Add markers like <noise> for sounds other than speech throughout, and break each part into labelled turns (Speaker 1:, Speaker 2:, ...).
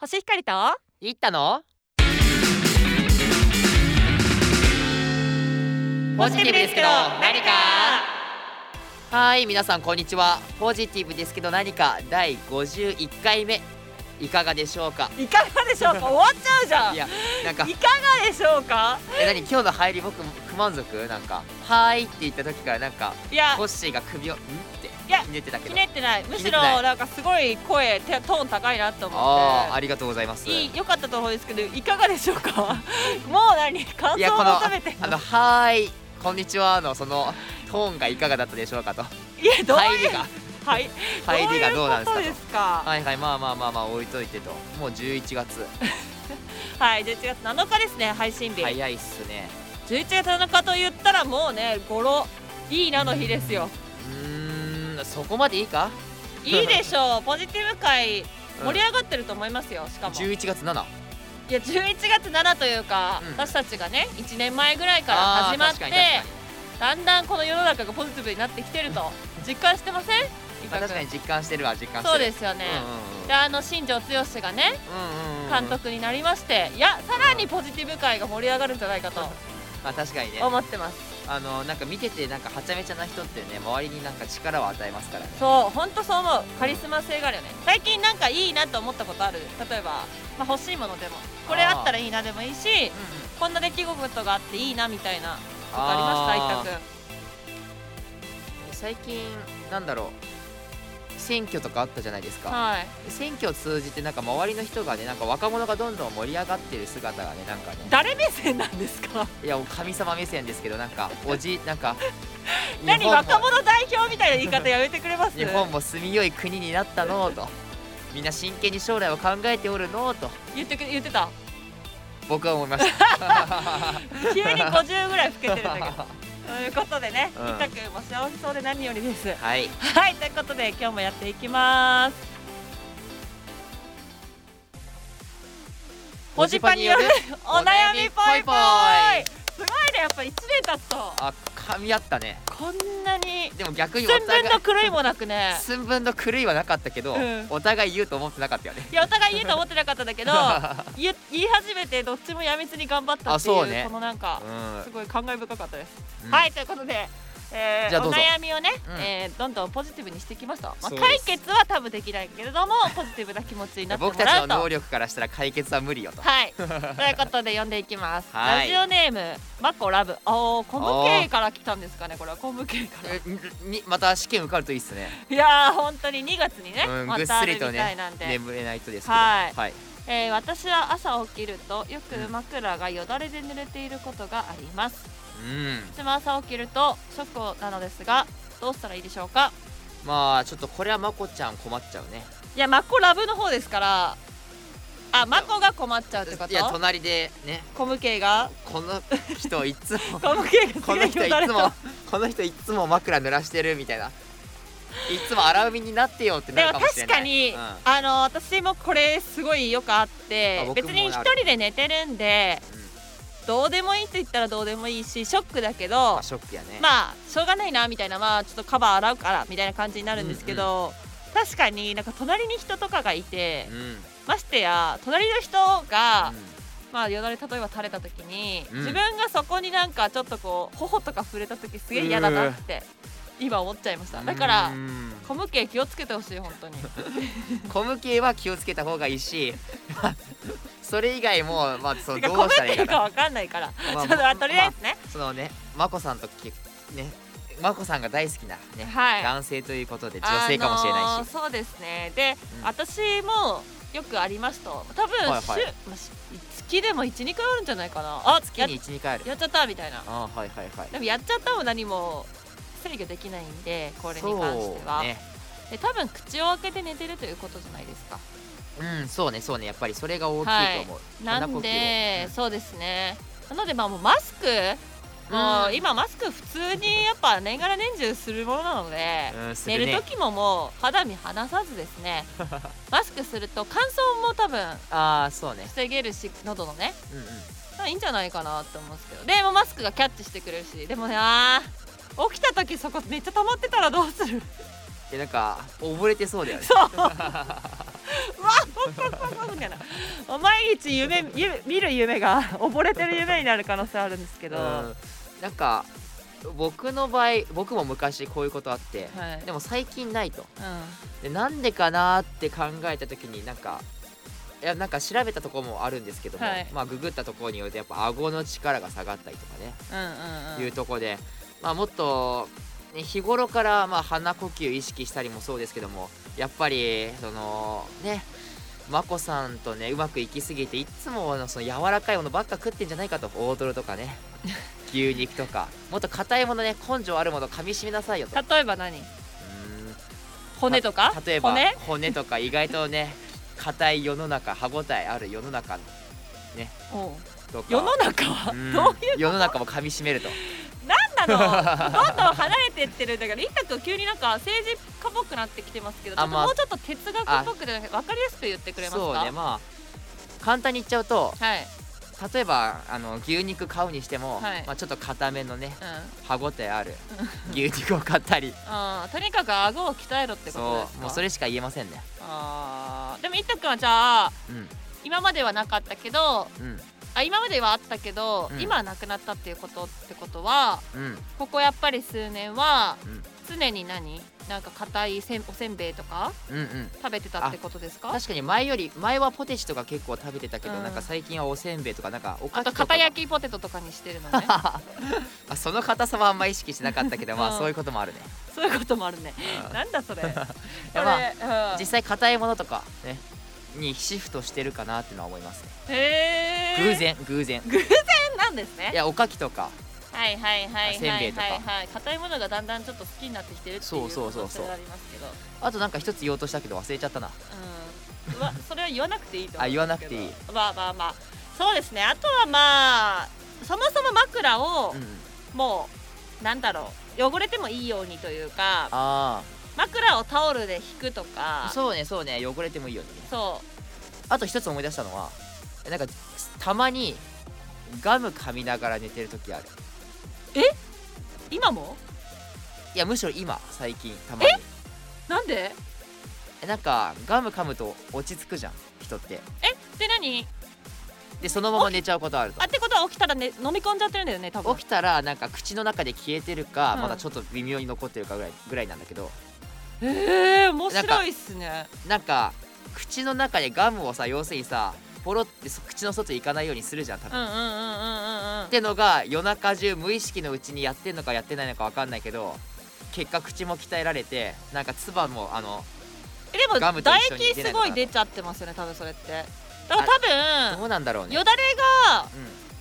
Speaker 1: 星光と
Speaker 2: 行ったのポジティブですけど何かはい皆さんこんにちはポジティブですけど何か第51回目いかがでしょうか
Speaker 1: いかがでしょうか終わっちゃうじゃん
Speaker 2: い
Speaker 1: い
Speaker 2: やなんか
Speaker 1: かがでしょうか
Speaker 2: え何今日の入り僕不満足なんか「はーい」って言った時からなんか
Speaker 1: いや
Speaker 2: コッシーが首を「ん?」って
Speaker 1: いや
Speaker 2: ひねってたけ
Speaker 1: ひ
Speaker 2: ど
Speaker 1: ねってないむし
Speaker 2: ひねって
Speaker 1: ろ
Speaker 2: ない
Speaker 1: なんかすごい声てトーン高いなと思
Speaker 2: ああ
Speaker 1: っ
Speaker 2: ありがとうございます
Speaker 1: ていい良かったと思うんですけどいかがでしょうか <laughs> もう何感
Speaker 2: い
Speaker 1: 想
Speaker 2: や
Speaker 1: を
Speaker 2: この
Speaker 1: 求めてん
Speaker 2: あ
Speaker 1: の
Speaker 2: の「はーいこんにちは」のそのトーンがいかがだったでしょうかと
Speaker 1: いやどう
Speaker 2: 入
Speaker 1: い
Speaker 2: り
Speaker 1: う
Speaker 2: が
Speaker 1: はい
Speaker 2: 入りがどうなんです
Speaker 1: ど
Speaker 2: か
Speaker 1: い
Speaker 2: と
Speaker 1: うことですか
Speaker 2: はいはいまあまあまあまあ置いといてともう11月
Speaker 1: はい11月7日ですね配信日
Speaker 2: 早いっすね
Speaker 1: 11月7日と言ったらもうね語呂いいなの日ですよ
Speaker 2: うーんそこまでいいか
Speaker 1: いいでしょうポジティブ界
Speaker 2: うん
Speaker 1: 盛り上がってると思いますよしかもい
Speaker 2: 11月 7?
Speaker 1: や11月7というか、
Speaker 2: うん
Speaker 1: 私たちがね1年前ぐらいから
Speaker 2: あー
Speaker 1: 始まって
Speaker 2: 確かに確かに
Speaker 1: だんだんこの世の中がポジティブになってきてると実感してません伊
Speaker 2: まあ
Speaker 1: 賀
Speaker 2: 確か
Speaker 1: 君
Speaker 2: に実感してるわ実感してる
Speaker 1: そうですすよね
Speaker 2: ね、
Speaker 1: であの新庄剛志がね監督になりましていやさらにポジティブ界が盛り上がるんじゃないかと
Speaker 2: まあ確かにね
Speaker 1: 思ってます
Speaker 2: あのなんか見ててなんかはちゃめちゃな人ってね周りになんか力を与えますからね
Speaker 1: そう本当そう思うカリスマ性があるよね最近なんかいいなと思ったことある例えば、まあ、欲しいものでもこれあったらいいなでもいいしこんな出来事があっていいなみたいなことありました
Speaker 2: あー
Speaker 1: 一
Speaker 2: 最近なんだろう選挙とかあったじゃないです
Speaker 1: 択
Speaker 2: か
Speaker 1: はい
Speaker 2: 選挙を通じてなんか周りの人がねなんか若者がどんどん盛り上がってる姿がねなんかね
Speaker 1: 誰目線なんですか
Speaker 2: いや神様目線ですけどな
Speaker 1: <laughs>
Speaker 2: んかおじなんか
Speaker 1: 何
Speaker 2: 日本も
Speaker 1: 若者代表みたいな言い方やめてくれます
Speaker 2: 日本も住みよい国になったのうとみんな真剣に将来を考えておるのうと
Speaker 1: 言ってく言ってた
Speaker 2: 僕は思いました
Speaker 1: 急に50ぐらい老けてるん <laughs> だけどということでね
Speaker 2: うん
Speaker 1: 一択、も幸せそうで何よりです
Speaker 2: はい
Speaker 1: はいということで今日もやっていきますポジパによるお悩みぽいぽいすごいねやっぱ一年経つと
Speaker 2: あ噛み合ったね
Speaker 1: こんなに
Speaker 2: でも逆にお
Speaker 1: 寸
Speaker 2: 互
Speaker 1: 分
Speaker 2: い
Speaker 1: の狂いもなくね
Speaker 2: 寸分の狂いはなかったけど、
Speaker 1: うん
Speaker 2: お互い言うと思ってなかったよね
Speaker 1: いやお互い言うと思ってなかったんだけど <laughs> 言言い始めてどっちもやめずに頑張った
Speaker 2: あ
Speaker 1: ってい
Speaker 2: そううね
Speaker 1: このなんか
Speaker 2: <laughs> うん
Speaker 1: すごい感慨深かったです、
Speaker 2: うん
Speaker 1: <laughs> はいということで、えー
Speaker 2: じゃあど
Speaker 1: お
Speaker 2: うぞ
Speaker 1: 悩みをね、
Speaker 2: うん
Speaker 1: えーどんどんポジティブにしていきますと、まあ、
Speaker 2: そうです
Speaker 1: 解決は多分できないけれど
Speaker 2: <laughs>
Speaker 1: もポジティブな気持ちになっても
Speaker 2: 僕た
Speaker 1: ら
Speaker 2: ち
Speaker 1: う
Speaker 2: の
Speaker 1: と
Speaker 2: 能力からしたら解決は無理よと
Speaker 1: はい、と
Speaker 2: <laughs>
Speaker 1: いうことで読んでいきます。
Speaker 2: はい
Speaker 1: ラジオネームマコラブ。おお、昆布系から来たんですかね。これは昆布系
Speaker 2: <laughs>
Speaker 1: から。
Speaker 2: えにまた試験受かるといいっすね、
Speaker 1: いやー本当に2月にね、
Speaker 2: うん、
Speaker 1: ま
Speaker 2: ぐった
Speaker 1: あ
Speaker 2: す
Speaker 1: るみ
Speaker 2: りと
Speaker 1: た
Speaker 2: ね
Speaker 1: いなんで。
Speaker 2: 眠れないとですけど
Speaker 1: はい
Speaker 2: はい、
Speaker 1: えー私は朝起きるとよく枕がよだれで濡れていることがあります。
Speaker 2: うん
Speaker 1: いつも朝起きるとショックなのですが、どうしたらいいでしょうか。
Speaker 2: まあちょっとこれはまこちゃん困っちゃうね
Speaker 1: いやマコラブの方ですから。あマコが困っちゃうってこ
Speaker 2: いや
Speaker 1: と。
Speaker 2: 隣でね
Speaker 1: 昆布系が。
Speaker 2: この人いつ
Speaker 1: <laughs>
Speaker 2: も
Speaker 1: 昆布系が
Speaker 2: <laughs> この
Speaker 1: 好き
Speaker 2: 人
Speaker 1: でよ
Speaker 2: い
Speaker 1: だれ
Speaker 2: つ
Speaker 1: と
Speaker 2: もこの人いつも枕濡らしてるみたいないつも荒海になってよって
Speaker 1: で
Speaker 2: な
Speaker 1: も
Speaker 2: るかもしれ
Speaker 1: 確
Speaker 2: な
Speaker 1: か
Speaker 2: い
Speaker 1: に、
Speaker 2: うん
Speaker 1: あの私もこれすごいよくあって
Speaker 2: あ僕
Speaker 1: 別
Speaker 2: も
Speaker 1: に一
Speaker 2: ある
Speaker 1: 人で寝てるんでどうでもいいと言ったらどうでもいいしショックだけ
Speaker 2: うん
Speaker 1: ど
Speaker 2: まあショックやね、
Speaker 1: まあしょうがないなみたいなまあちょっとカバー洗うからみたいな感じになるんですけど、確かになんか隣に人とかがいて
Speaker 2: うんうん
Speaker 1: ましてや隣の人が、まあよだれ例えば垂れた時に、
Speaker 2: うん
Speaker 1: 自分がそこになんかちょっとこう頬とか触れた時すげえ嫌だなって今思っちゃいましただから
Speaker 2: うん
Speaker 1: 小無形気をつけてほしい本当に。
Speaker 2: 小向けは気をつけた方がいいし <laughs> それ以外もまあその
Speaker 1: てか
Speaker 2: どう
Speaker 1: コメ
Speaker 2: したらい
Speaker 1: っ
Speaker 2: い
Speaker 1: てい
Speaker 2: か
Speaker 1: うかわ
Speaker 2: な
Speaker 1: かんないから、
Speaker 2: まあ
Speaker 1: ちょっと
Speaker 2: まあ
Speaker 1: とりあえずね、
Speaker 2: そのねまこさんときねまこさんが大好きなね、
Speaker 1: はい
Speaker 2: 男性ということで女性かもしれ
Speaker 1: あ
Speaker 2: な
Speaker 1: の
Speaker 2: い
Speaker 1: ー
Speaker 2: し、
Speaker 1: そうですねで、
Speaker 2: うん
Speaker 1: 私もよくありますと多分、
Speaker 2: はいはい
Speaker 1: 週まあし月でも12回あるんじゃないかなあ
Speaker 2: 月に12回ある
Speaker 1: ややっちゃったみたいな
Speaker 2: あーはいはいはい
Speaker 1: でもやっちゃったも何も制御できないんでこれに関しては、
Speaker 2: そうね
Speaker 1: で多分口を開けて寝てるということじゃないですか
Speaker 2: うんそうねそうねやっぱりそれが大きいと思う、
Speaker 1: なんで、
Speaker 2: 鼻
Speaker 1: そうですねなのでまあもうマスクもう今マスク普通にやっぱ年がら年中するものなので、
Speaker 2: 呼吸をうん、うんす
Speaker 1: 寝
Speaker 2: る
Speaker 1: る
Speaker 2: ね
Speaker 1: 時ももう肌身離さずです
Speaker 2: <laughs>
Speaker 1: ねマスクすると乾燥も多分
Speaker 2: ああそうね
Speaker 1: 防げるし喉のね
Speaker 2: うんうん
Speaker 1: まあいいんじゃないかなって思うんですけどでもマスクがキャッチしてくれるしでもねあー起きた時そこめっちゃ溜まってたらどうする
Speaker 2: えなんか溺れてそうだよね
Speaker 1: そううわもみたいな毎日夢夢見る夢が溺れてる夢になる可能性あるんですけど、
Speaker 2: うんなんか僕の場合僕も昔こういうことあって、
Speaker 1: はい
Speaker 2: でも最近ないと
Speaker 1: うん
Speaker 2: でなんでかなーって考えた時になんかいやなんか調べたところもあるんですけども、
Speaker 1: はい
Speaker 2: まあググったところによってやっぱ顎の力が下がったりとかね、
Speaker 1: うんうんう
Speaker 2: い
Speaker 1: ん
Speaker 2: うとこで、まあ、もっと、ね、日頃からまあ鼻呼吸意識したりもそうですけどもやっぱりそのね眞子さんとねうまくいきすぎていっつもあのその柔らかいものばっか食ってんじゃないかと大トロと
Speaker 1: <laughs>
Speaker 2: かね牛肉とかもっと硬いものね根性あるもの噛みしめなさいよとう
Speaker 1: 例えば何
Speaker 2: ーん
Speaker 1: 骨とか
Speaker 2: 例えば
Speaker 1: 骨
Speaker 2: 骨とか意外とね硬い世の中歯ごたえある世の中
Speaker 1: おう
Speaker 2: とか
Speaker 1: 世の中は
Speaker 2: うん
Speaker 1: どう
Speaker 2: 世の中も噛みしめると
Speaker 1: なんな
Speaker 2: <laughs>
Speaker 1: のどんどん離れてってるんだからインタ君急になんか政治家っぽくなってきてますけど、
Speaker 2: あまあ
Speaker 1: ちょっともうちょっと哲学っぽくじゃなくて分かりやすく言ってくれますか
Speaker 2: そうねまあ簡単に言っちゃうと
Speaker 1: はい、
Speaker 2: 例えばあの牛肉買うにしても、
Speaker 1: はい
Speaker 2: まあ、ちょっと硬めのね
Speaker 1: うん
Speaker 2: 歯ごた
Speaker 1: <laughs>
Speaker 2: えある牛肉を買ったり
Speaker 1: あーとにかく顎を鍛えろってことで
Speaker 2: そ
Speaker 1: す
Speaker 2: う
Speaker 1: か
Speaker 2: もうそれしか言えませんね
Speaker 1: あーでもインタ君はじゃあ
Speaker 2: う
Speaker 1: 今まではなかったけど
Speaker 2: んうん
Speaker 1: あ今まではあったけど、
Speaker 2: うん
Speaker 1: 今はなくなったっていうことってことは
Speaker 2: うん
Speaker 1: ここやっぱり数年は
Speaker 2: うん
Speaker 1: 常に何なんか硬いせんおせんべいとか
Speaker 2: うんうん
Speaker 1: 食べてたってことですか
Speaker 2: 確かに前より前はポテチとか結構食べてたけど、
Speaker 1: うん
Speaker 2: なんか最近はおせんべいとかなんかおか
Speaker 1: あ
Speaker 2: きと
Speaker 1: と
Speaker 2: か
Speaker 1: 片焼きポテトとかにしてるのね
Speaker 2: <laughs> あその硬さはあんま意識しなかっ
Speaker 1: <laughs>
Speaker 2: たけど、まあ
Speaker 1: うん
Speaker 2: <laughs> そういうこともあるね、
Speaker 1: そういうこともあるね
Speaker 2: うん
Speaker 1: なんだそれそれ、
Speaker 2: <laughs> やま
Speaker 1: うん
Speaker 2: 実際硬いものとかねにシフトしてるかなっていうのは思いますね、
Speaker 1: へー
Speaker 2: 偶然偶然
Speaker 1: なんですね
Speaker 2: いやおかきとか
Speaker 1: はいはいはい
Speaker 2: せん
Speaker 1: は
Speaker 2: べ
Speaker 1: い
Speaker 2: いとか
Speaker 1: はいはい硬いものがだんだんちょっと好きになってきてるっていう
Speaker 2: そうそうそうそ
Speaker 1: 可
Speaker 2: う
Speaker 1: 能性がありますけど
Speaker 2: あとなんか一つ言おうとしたけど忘れちゃったな
Speaker 1: うんうわそれは言わなくていいと思う
Speaker 2: あ言わなくていい
Speaker 1: まあまあまあそうですねあとはまあそもそも枕を
Speaker 2: うん
Speaker 1: もうなんだろう汚れてもいいようにというか
Speaker 2: あ
Speaker 1: 枕をタオルで引くとか
Speaker 2: あそうねそうね汚れてもいいよね
Speaker 1: そう
Speaker 2: あと一つ思い出したのはなんかたまにガム噛みながら寝てる時ある
Speaker 1: 今も
Speaker 2: いやむしろ今最近たまに
Speaker 1: なんで
Speaker 2: えなんかガム噛むと落ち着くじゃん人って
Speaker 1: えで何
Speaker 2: でそのまま寝ちゃうことあると
Speaker 1: あってことは起きたらね飲み込んじゃってるんだよね多分
Speaker 2: 起きたらなんか口の中で消えてるか、
Speaker 1: うん
Speaker 2: まだちょっと微妙に残ってるかぐらいぐらいなんだけど
Speaker 1: ええ面白いっすね
Speaker 2: なんか口の中でガムをさ要するにさポロってそ口の外行かないようにするじゃん多
Speaker 1: う
Speaker 2: 分。
Speaker 1: ん
Speaker 2: っ
Speaker 1: うんうんうんうんうん
Speaker 2: てのが夜中中無意識のうちにやってんのかやってないのかわかんないけど結果口も鍛えられてなんか唾もあの
Speaker 1: えでも
Speaker 2: ガムと
Speaker 1: 唾
Speaker 2: 一緒に
Speaker 1: 液
Speaker 2: 出な
Speaker 1: す
Speaker 2: いのか
Speaker 1: ご
Speaker 2: ない
Speaker 1: 出ちゃってますよね多分それってだから多
Speaker 2: ど
Speaker 1: 分
Speaker 2: うなんだろうね。
Speaker 1: よだれが
Speaker 2: う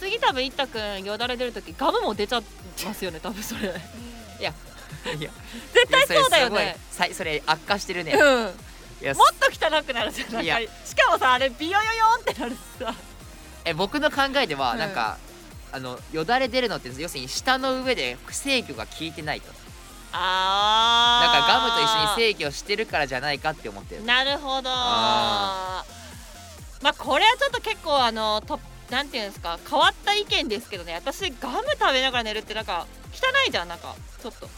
Speaker 1: 次多分いったくんよだれ出るときガムも出ちゃってますよね多分それ
Speaker 2: ん、いや
Speaker 1: 絶対そうだよね
Speaker 2: それすごいさいそれ悪化してる
Speaker 1: う
Speaker 2: ね。
Speaker 1: ん
Speaker 2: いや
Speaker 1: もっと汚くなるじゃんない
Speaker 2: いや
Speaker 1: しかもさあれビヨヨヨンってなるしさ
Speaker 2: え僕の考えでは
Speaker 1: うん
Speaker 2: なんか、あのよだれ出るのって要するに舌の上で制御が効いてないと。
Speaker 1: あ
Speaker 2: なんかガムと一緒に制御してるからじゃないかって思ってる。
Speaker 1: なるほど
Speaker 2: あ
Speaker 1: まあこれはちょっと結構あのとなんていうんですか変わった意見ですけどね私ガム食べながら寝るってなんか汚いじゃんなんかちょっと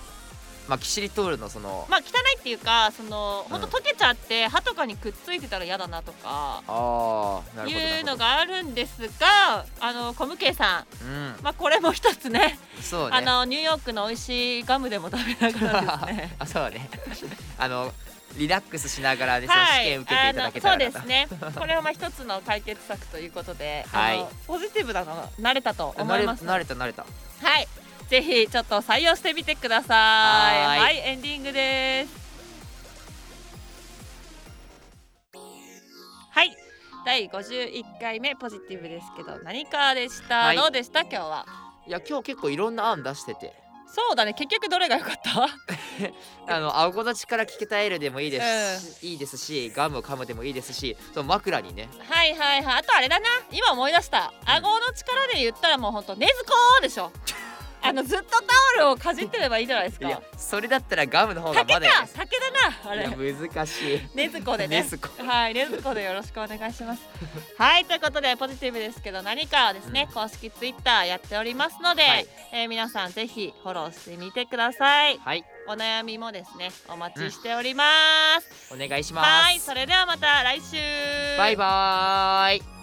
Speaker 2: まあキシリトールのその、
Speaker 1: まあ汚いっていうかその
Speaker 2: うん
Speaker 1: 本当溶けちゃって歯とかにくっついてたら嫌だなとか
Speaker 2: ああなるほどなるほど。
Speaker 1: いうのがあるんですがあの小武家さん
Speaker 2: う
Speaker 1: まあこれも一つね
Speaker 2: んそうね。
Speaker 1: あのニューヨークの美味しいガムでも食べながらですね
Speaker 2: <laughs> あそうね。あのリラックスしながらですね、
Speaker 1: は
Speaker 2: 試
Speaker 1: い、
Speaker 2: 験受けていただけた
Speaker 1: あ
Speaker 2: ら
Speaker 1: の
Speaker 2: な
Speaker 1: そ
Speaker 2: と
Speaker 1: うですね。これはまあ一つの解決策ということで、
Speaker 2: はい
Speaker 1: あのポジティブなのが慣れたと思
Speaker 2: 慣
Speaker 1: い
Speaker 2: れ
Speaker 1: ます。
Speaker 2: 慣れた慣れた。
Speaker 1: はい、ぜひちょっと採用してみてくださ
Speaker 2: はい
Speaker 1: い。はい、エンディングです。はい、第51回目ポジティブですけど何かでした、
Speaker 2: はい
Speaker 1: どうでした今日は。
Speaker 2: いや今日結構いろんな案出してて。
Speaker 1: そうだね、結局どれが良かった？
Speaker 2: あの顎の力聞けたえるでもいいですし、いいですしガムを噛むでもいいですしその枕にね
Speaker 1: <laughs> はいはいはいあとあれだな今思い出した顎の力で言ったらもうほんと「ねずこー」でし <laughs> ょあのずっとタオルをかじってればいいじゃないです
Speaker 2: いや
Speaker 1: か
Speaker 2: それだったらガムの方が
Speaker 1: 竹
Speaker 2: ま
Speaker 1: か
Speaker 2: だよね
Speaker 1: 竹だあ
Speaker 2: い
Speaker 1: れ
Speaker 2: や難しい
Speaker 1: ねずこでね
Speaker 2: ねずこ
Speaker 1: はいねずこでよろしくお願いします <laughs> はいということでポジティブですけど何かをですね、
Speaker 2: うん
Speaker 1: 公式ツイッターやっておりますので、
Speaker 2: はい
Speaker 1: えー皆さんぜひフォローしてみてください
Speaker 2: はい
Speaker 1: お悩みもですねお待ちしております、
Speaker 2: お願いします
Speaker 1: はいそれではまた来週
Speaker 2: バイバーイ